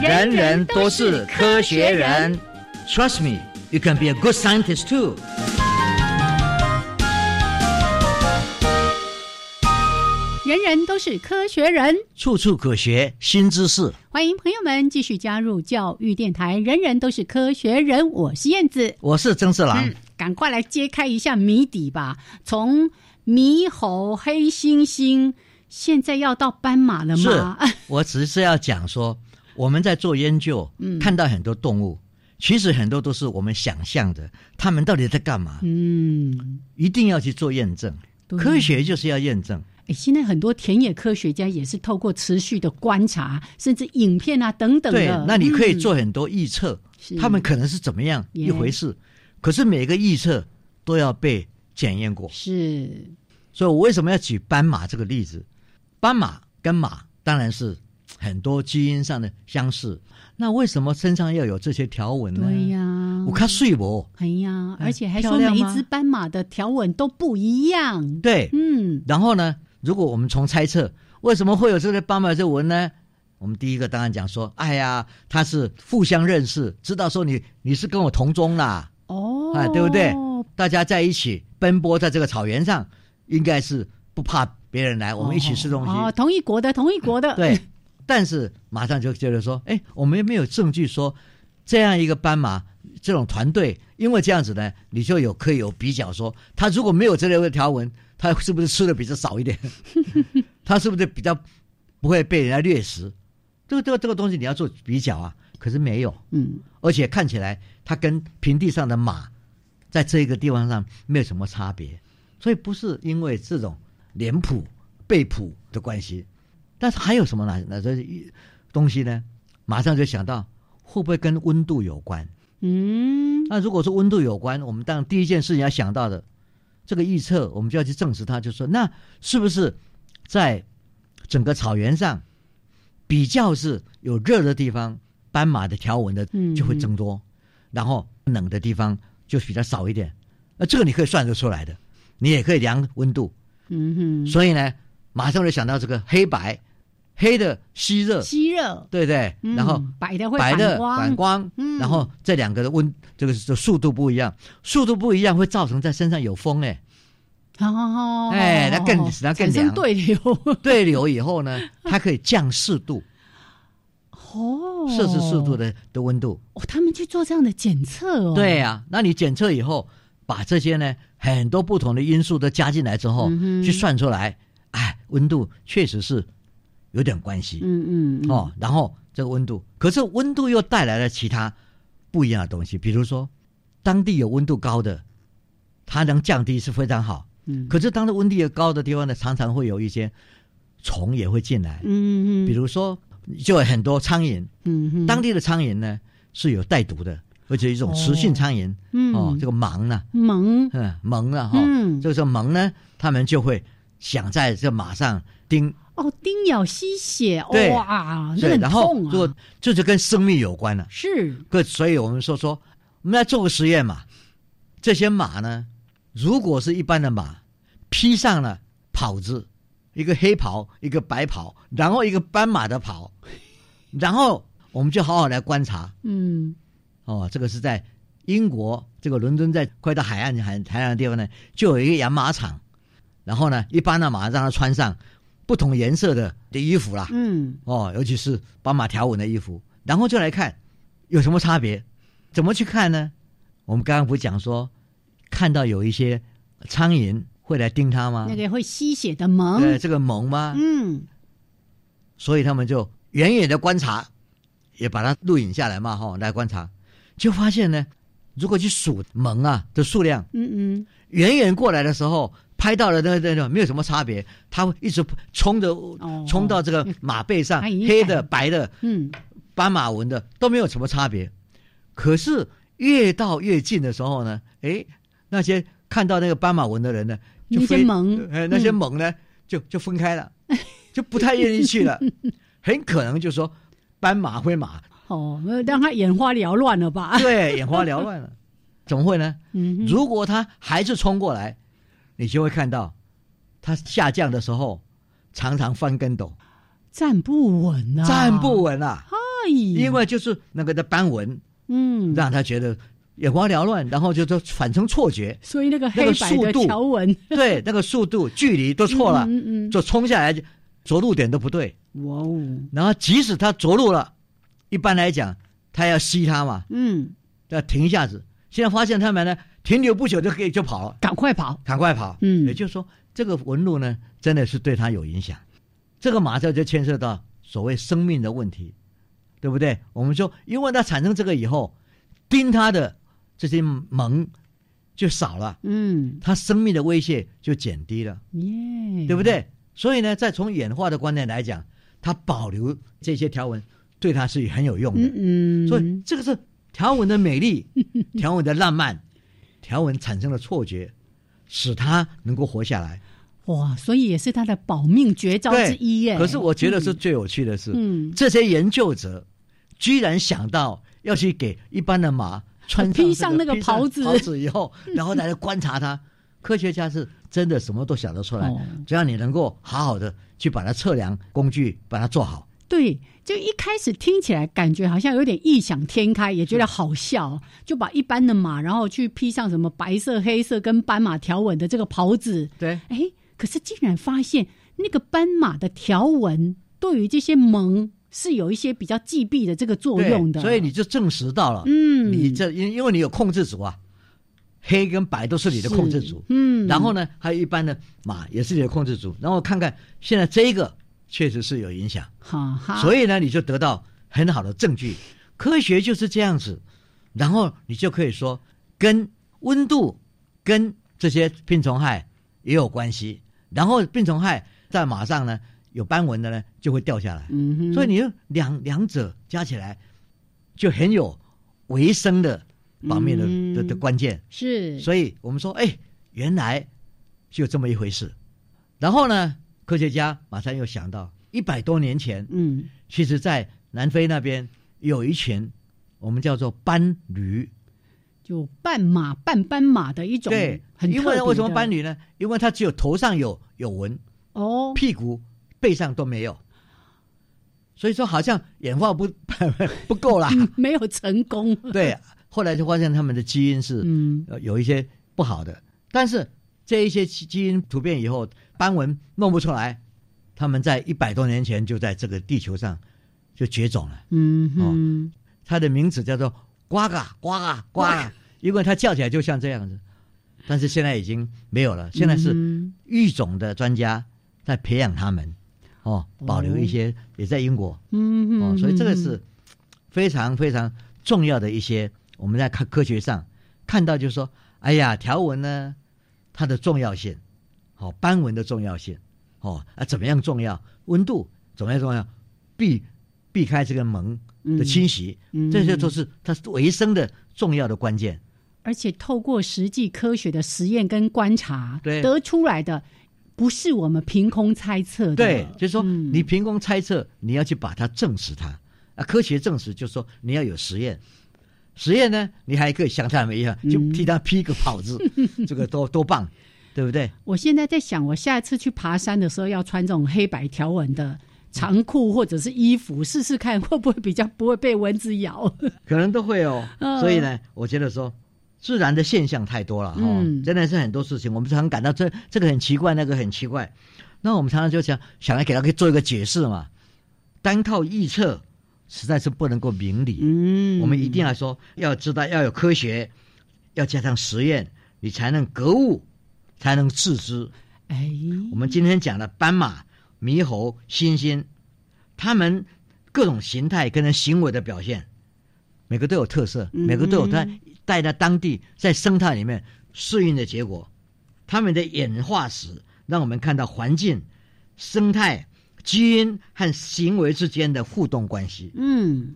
B: 人人都是科学人。Trust me, you can be a good scientist too.
A: 人人都是科学人。
B: 处处可学新知识。
A: 欢迎朋友们继续加入教育电台，人人都是科学人，我是燕子。
B: 我是曾志郎
A: 嗯，，赶快来揭开一下谜底吧！从猕猴、黑猩猩，现在要到斑马了吗？
B: 我只是要讲说，我们在做研究，
A: 嗯
B: 看到很多动物，其实很多都是我们想象的，他们到底在干嘛？
A: 嗯，
B: 一定要去做验证。
A: 对
B: 科学就是要验证，
A: 哎，现在很多田野科学家也是透过持续的观察，甚至影片啊等等
B: 对
A: 的，，
B: 那你可以
A: 嗯
B: 做很多预测，
A: 是
B: 他们可能是怎么样一回事，可是每个预测都要被检验过。
A: 是
B: 所以我为什么要举斑马这个例子？斑马跟马当然是很多基因上的相似，那为什么身上要有这些条纹呢？
A: 对呀、
B: 嗯我看睡不
A: 哎呀，而且还说
B: 漂亮
A: 每一
B: 吗
A: 只斑马的条纹都不一样。
B: 对，
A: 嗯，
B: 然后呢，如果我们从猜测为什么会有这个斑马这纹呢？我们第一个当然讲说，哎呀，它是互相认识，知道说你你是跟我同宗啦，
A: 哦，
B: 哎，对不对？大家在一起奔波在这个草原上，应该是不怕别人来，我们一起吃东西。
A: 哦，同一国的，同一国的，
B: 对，哎但是马上就觉得说，哎，我们又没有证据说这样一个斑马这种团队，因为这样子呢，你就有可以有比较说，他如果没有这类的条纹，他是不是吃的比较少一点？他是不是比较不会被人家掠食？这个这个这个东西你要做比较啊，可是没有，
A: 嗯，
B: 而且看起来它跟平地上的马在这个地方上没有什么差别，所以不是因为这种脸谱背谱的关系。但是还有什么哪哪这东西呢？马上就想到会不会跟温度有关？
A: 嗯，
B: 那如果说温度有关，我们当然第一件事情要想到的这个预测，我们就要去证实它，就说那是不是在整个草原上比较是有热的地方，斑马的条纹的
A: 嗯
B: 就会增多。然后冷的地方就比较少一点。那这个你可以算得出来的，你也可以量温度。
A: 嗯
B: 所以呢，马上就想到这个黑白，黑的吸热
A: 哼，，吸热，
B: 对不对？
A: 嗯
B: 然后
A: 白的会
B: 白的
A: 光，
B: 反光，
A: 嗯
B: 然后这两个的温这个这速度不一样，速度不一样会造成在身上有风哎、
A: 哦，
B: 哎那更使它更
A: 产生
B: 凉
A: 对流，
B: 对流以后呢，它可以降四度，
A: 哦，
B: 摄氏四度的的温度。
A: 哦，他们去做这样的检测哦，
B: 对啊呀、那你检测以后，把这些呢很多不同的因素都加进来之后，
A: 嗯哼
B: 去算出来，哎，温度确实是有点关系、
A: 嗯，嗯嗯，
B: 哦。然后这个温度，可是温度又带来了其他不一样的东西，比如说当地有温度高的，它能降低是非常好。
A: 嗯，
B: 可是当地温度越高的地方呢，常常会有一些虫也会进来，
A: 嗯嗯，
B: 比如说就有很多苍蝇，
A: 嗯哼
B: 当地的苍蝇呢是有带毒的，而且一种雌性苍蝇
A: 嗯
B: 哦这个盲呢、
A: 萌，
B: 嗯，萌了哈、
A: 嗯
B: 这个时候萌呢，他们就会想在这马上叮，
A: 哦，叮咬吸血，
B: 对
A: 哇，
B: 所
A: 那
B: 以
A: 很
B: 然后
A: 痛
B: 如
A: 啊，
B: 果这就跟生命有关了。啊
A: 是，
B: 各，所以我们说说，我们来做个实验嘛。这些马呢，如果是一般的马，披上了袍子，一个黑袍，一个白袍，然后一个斑马的袍，然后我们就好好来观察，
A: 嗯
B: 哦，这个是在英国这个伦敦，在快到海岸海海岸的地方呢，就有一个养马场，然后呢，一般的马让它穿上不同颜色的的衣服啦，
A: 嗯
B: 哦，尤其是帮马条纹的衣服，然后就来看有什么差别，怎么去看呢？我们刚刚不是讲说，看到有一些苍蝇会来叮它吗？
A: 那个会吸血的萌，
B: 呃，这个萌吗？
A: 嗯
B: 所以他们就远远的观察，也把它录影下来嘛，哈、来观察，就发现呢，如果去数萌啊的数量，
A: 嗯
B: 远远过来的时候拍到了那个那个没有什么差别，它会一直冲着
A: 哦
B: 冲到这个马背上，
A: 它已经
B: 黑的、
A: 改
B: 白的、
A: 嗯嗯，
B: 斑马纹的都没有什么差别。可是越到越近的时候呢，诶，那些看到那个斑马纹的人呢，就
A: 那些
B: 非
A: 萌
B: 呃，那些
A: 嗯
B: 萌呢，就就分开了， 就不太愿意去 了，很可能就说斑马灰马，
A: 哦，让他眼花缭乱了吧？
B: 对，眼花缭 乱了，怎么会呢？
A: 嗯哼，
B: 如果它还是冲过来，你就会看到它下降的时候常常翻跟斗，
A: 站不稳啊，
B: 站不稳啊，
A: 哎，
B: 因为就是那个的斑纹
A: 嗯，，
B: 让他觉得眼花缭乱，然后就就产生错觉
A: 所以那个
B: 那
A: 黑
B: 个
A: 白的
B: 速度
A: 条纹
B: 对，那个速度、距离都错了，
A: 嗯嗯嗯
B: 就冲下来，着陆点都不对。
A: 哇哦，
B: 然后即使它着陆了，一般来讲，它要吸它嘛，
A: 嗯，
B: 要停一下子。现在发现它们呢，停留不久就可以就跑了，
A: 赶快跑，
B: 赶快跑。
A: 嗯
B: 也就是说，这个纹路呢，真的是对它有影响。这个马上就牵涉到所谓生命的问题，对不对？我们说，因为它产生这个以后，盯它的这些萌就少了，
A: 嗯，
B: 它生命的威胁就减低了。
A: 耶，
B: 对不？对？所以呢，再从演化的观念来讲，它保留这些条纹，对它是很有用的。
A: 嗯嗯，
B: 所以这个是条纹的 美丽，条纹的浪漫，条纹产生了错觉，使它能够活下来。
A: 哇，所以也是他的保命绝招之
B: 对，
A: 一耶。
B: 可是我觉得是最有趣的是，
A: 嗯嗯
B: 这些研究者居然想到要去给一般的马穿上、这个、
A: 披上那个
B: 披上
A: 袍子嗯
B: 袍子以后，然后再来观察它。科学家是真的什么都想得出来，
A: 哦
B: 只要你能够好好的去把它测量工具把它做好。
A: 对，就一开始听起来感觉好像有点异想天开，也觉得好笑，就把一般的马，然后去披上什么白色、黑色跟斑马条纹的这个袍子，
B: 对，
A: 哎，可是竟然发现那个斑马的条纹对于这些萌是有一些比较忌避的这个作用的，
B: 所以你就证实到了，
A: 嗯
B: 你这因因为你有控制组啊，黑跟白都是你的控制组，
A: 嗯，
B: 然后呢，还有一般的马也是你的控制组，然后看看现在这一个确实是有影响，
A: 哈哈，
B: 所
A: 以
B: 以呢，你就得到很好的证据。科学就是这样子，然后你就可以说跟温度、跟这些病虫害也有关系，然后病虫害在马上呢有斑纹的呢就会掉下来，
A: 嗯哼，
B: 所以你就两两者加起来就很有维生的方面的、
A: 嗯
B: 的的关键。
A: 是
B: 所以我们说，哎，原来就这么一回事。然后呢，科学家马上又想到，一百多年前，
A: 嗯
B: 其实在南非那边有一群我们叫做斑驴，
A: 有半马、半斑马的一种
B: 对，
A: 很特
B: 因
A: 别
B: 为
A: 的
B: 为什么斑驴呢？因为它只有头上有有纹，
A: 哦，
B: 屁股、背上都没有，所以说好像演化不 不够 啦。
A: 没有成功。
B: 对，后来就发现他们的基因是
A: 嗯，
B: 呃有一些不好的，但是这一些基基因突变以后，斑纹弄不出来，他们在一百多年前就在这个地球上就绝种了。
A: 嗯
B: 哦
A: 哼，
B: 它的名字叫做呱嘎呱嘎呱嘎，因为它叫起来就像这样子。但是现在已经没有了，现在是
A: 嗯
B: 育种的专家在培养它们，哦，保留一些，也在英国
A: 嗯
B: 哦，
A: 哼，
B: 所以这个是非常非常重要的一些我们在看科学上看到，就是说，哎呀，条纹呢它的重要性，哦，斑纹的重要性，哦啊怎么样重要，温度怎么样重要，避避开这个虻的侵袭，
A: 嗯
B: 这些都是它维生的重要的关键。
A: 而且透过实际科学的实验跟观察，
B: 对
A: 得出来的不是我们凭空猜测的。
B: 对，就是说
A: 嗯
B: 你凭空猜测，你要去把它证实它啊。科学证实就是说你要有实验，实验呢，你还可以像他们一样，
A: 嗯
B: 就替他披个 袍子，这个多多棒，对不对？
A: 我现在在想，我下一次去爬山的时候要穿这种黑白条纹的长裤或者是衣服，试试看会不会比较不会被蚊子咬。
B: 可能都会哦。
A: 嗯
B: 所以呢，我觉得说。自然的现象太多了哈、
A: 嗯
B: 真的是很多事情，我们常常感到这这个很奇怪，那个很奇怪。那我们常常就想想要给他做一个解释嘛，单靠臆测实在是不能够明理。
A: 嗯
B: 我们一定要说，要知道要有科学，要加上实验，你才能格物，才能自知。
A: 哎，
B: 我们今天讲的斑马、猕猴、猩猩，它们各种形态跟人行为的表现，每个都有特色，每个都有它带在当地在生态里面适应的结果。它们的演化史让我们看到环境、生态、基因和行为之间的互动关系。
A: 嗯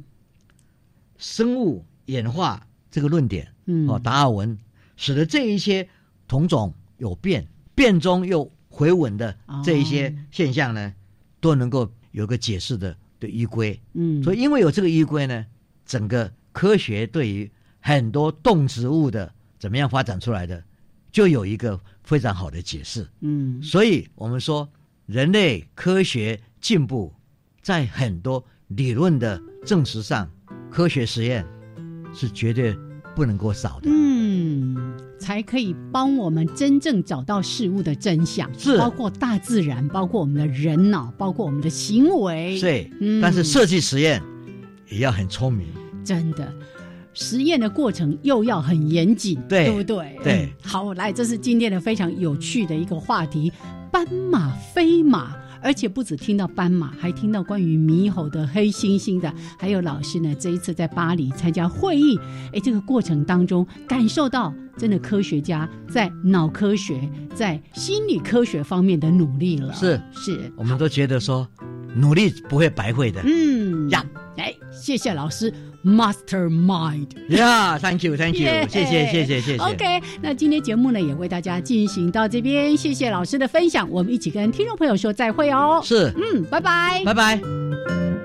B: 生物演化这个论点，
A: 嗯
B: 哦，达尔文使得这一些同种有变，变中又回稳的
A: 哦
B: 这一些现象呢，都能够有个解释的的依归。
A: 嗯，
B: 所
A: 以
B: 以，因为有这个依归呢，整个科学对于很多动植物的怎么样发展出来的，就有一个非常好的解释。
A: 嗯
B: 所以我们说，人类科学进步在很多理论的证实上，科学实验是绝对不能够少的。
A: 嗯，才可以帮我们真正找到事物的真相，
B: 是
A: 包括大自然，包括我们的人脑，包括我们的行为。
B: 所以，
A: 嗯
B: 但是设计实验也要很聪明。
A: 真的。实验的过程又要很严谨，
B: 对
A: 不对？
B: 对
A: 嗯好，来，这是今天的非常有趣的一个话题——斑马、飞马，而且不止听到斑马，还听到关于猕猴的、黑猩猩的，还有老师呢，这一次在巴黎参加会议，哎，这个过程当中感受到真的科学家在脑科学、在心理科学方面的努力了，
B: 是
A: 是，
B: 我们都觉得说，努力不会白费的。
A: 嗯
B: 呀，
A: 哎，谢谢老师，Mastermind。
B: 呀、t h a n k you，Thank you，, 谢谢，谢谢，谢谢。
A: OK，那今天节目呢也为大家进行到这边，谢谢老师的分享，我们一起跟听众朋友说再会哦。
B: 是，
A: 嗯，拜拜。
B: 拜拜。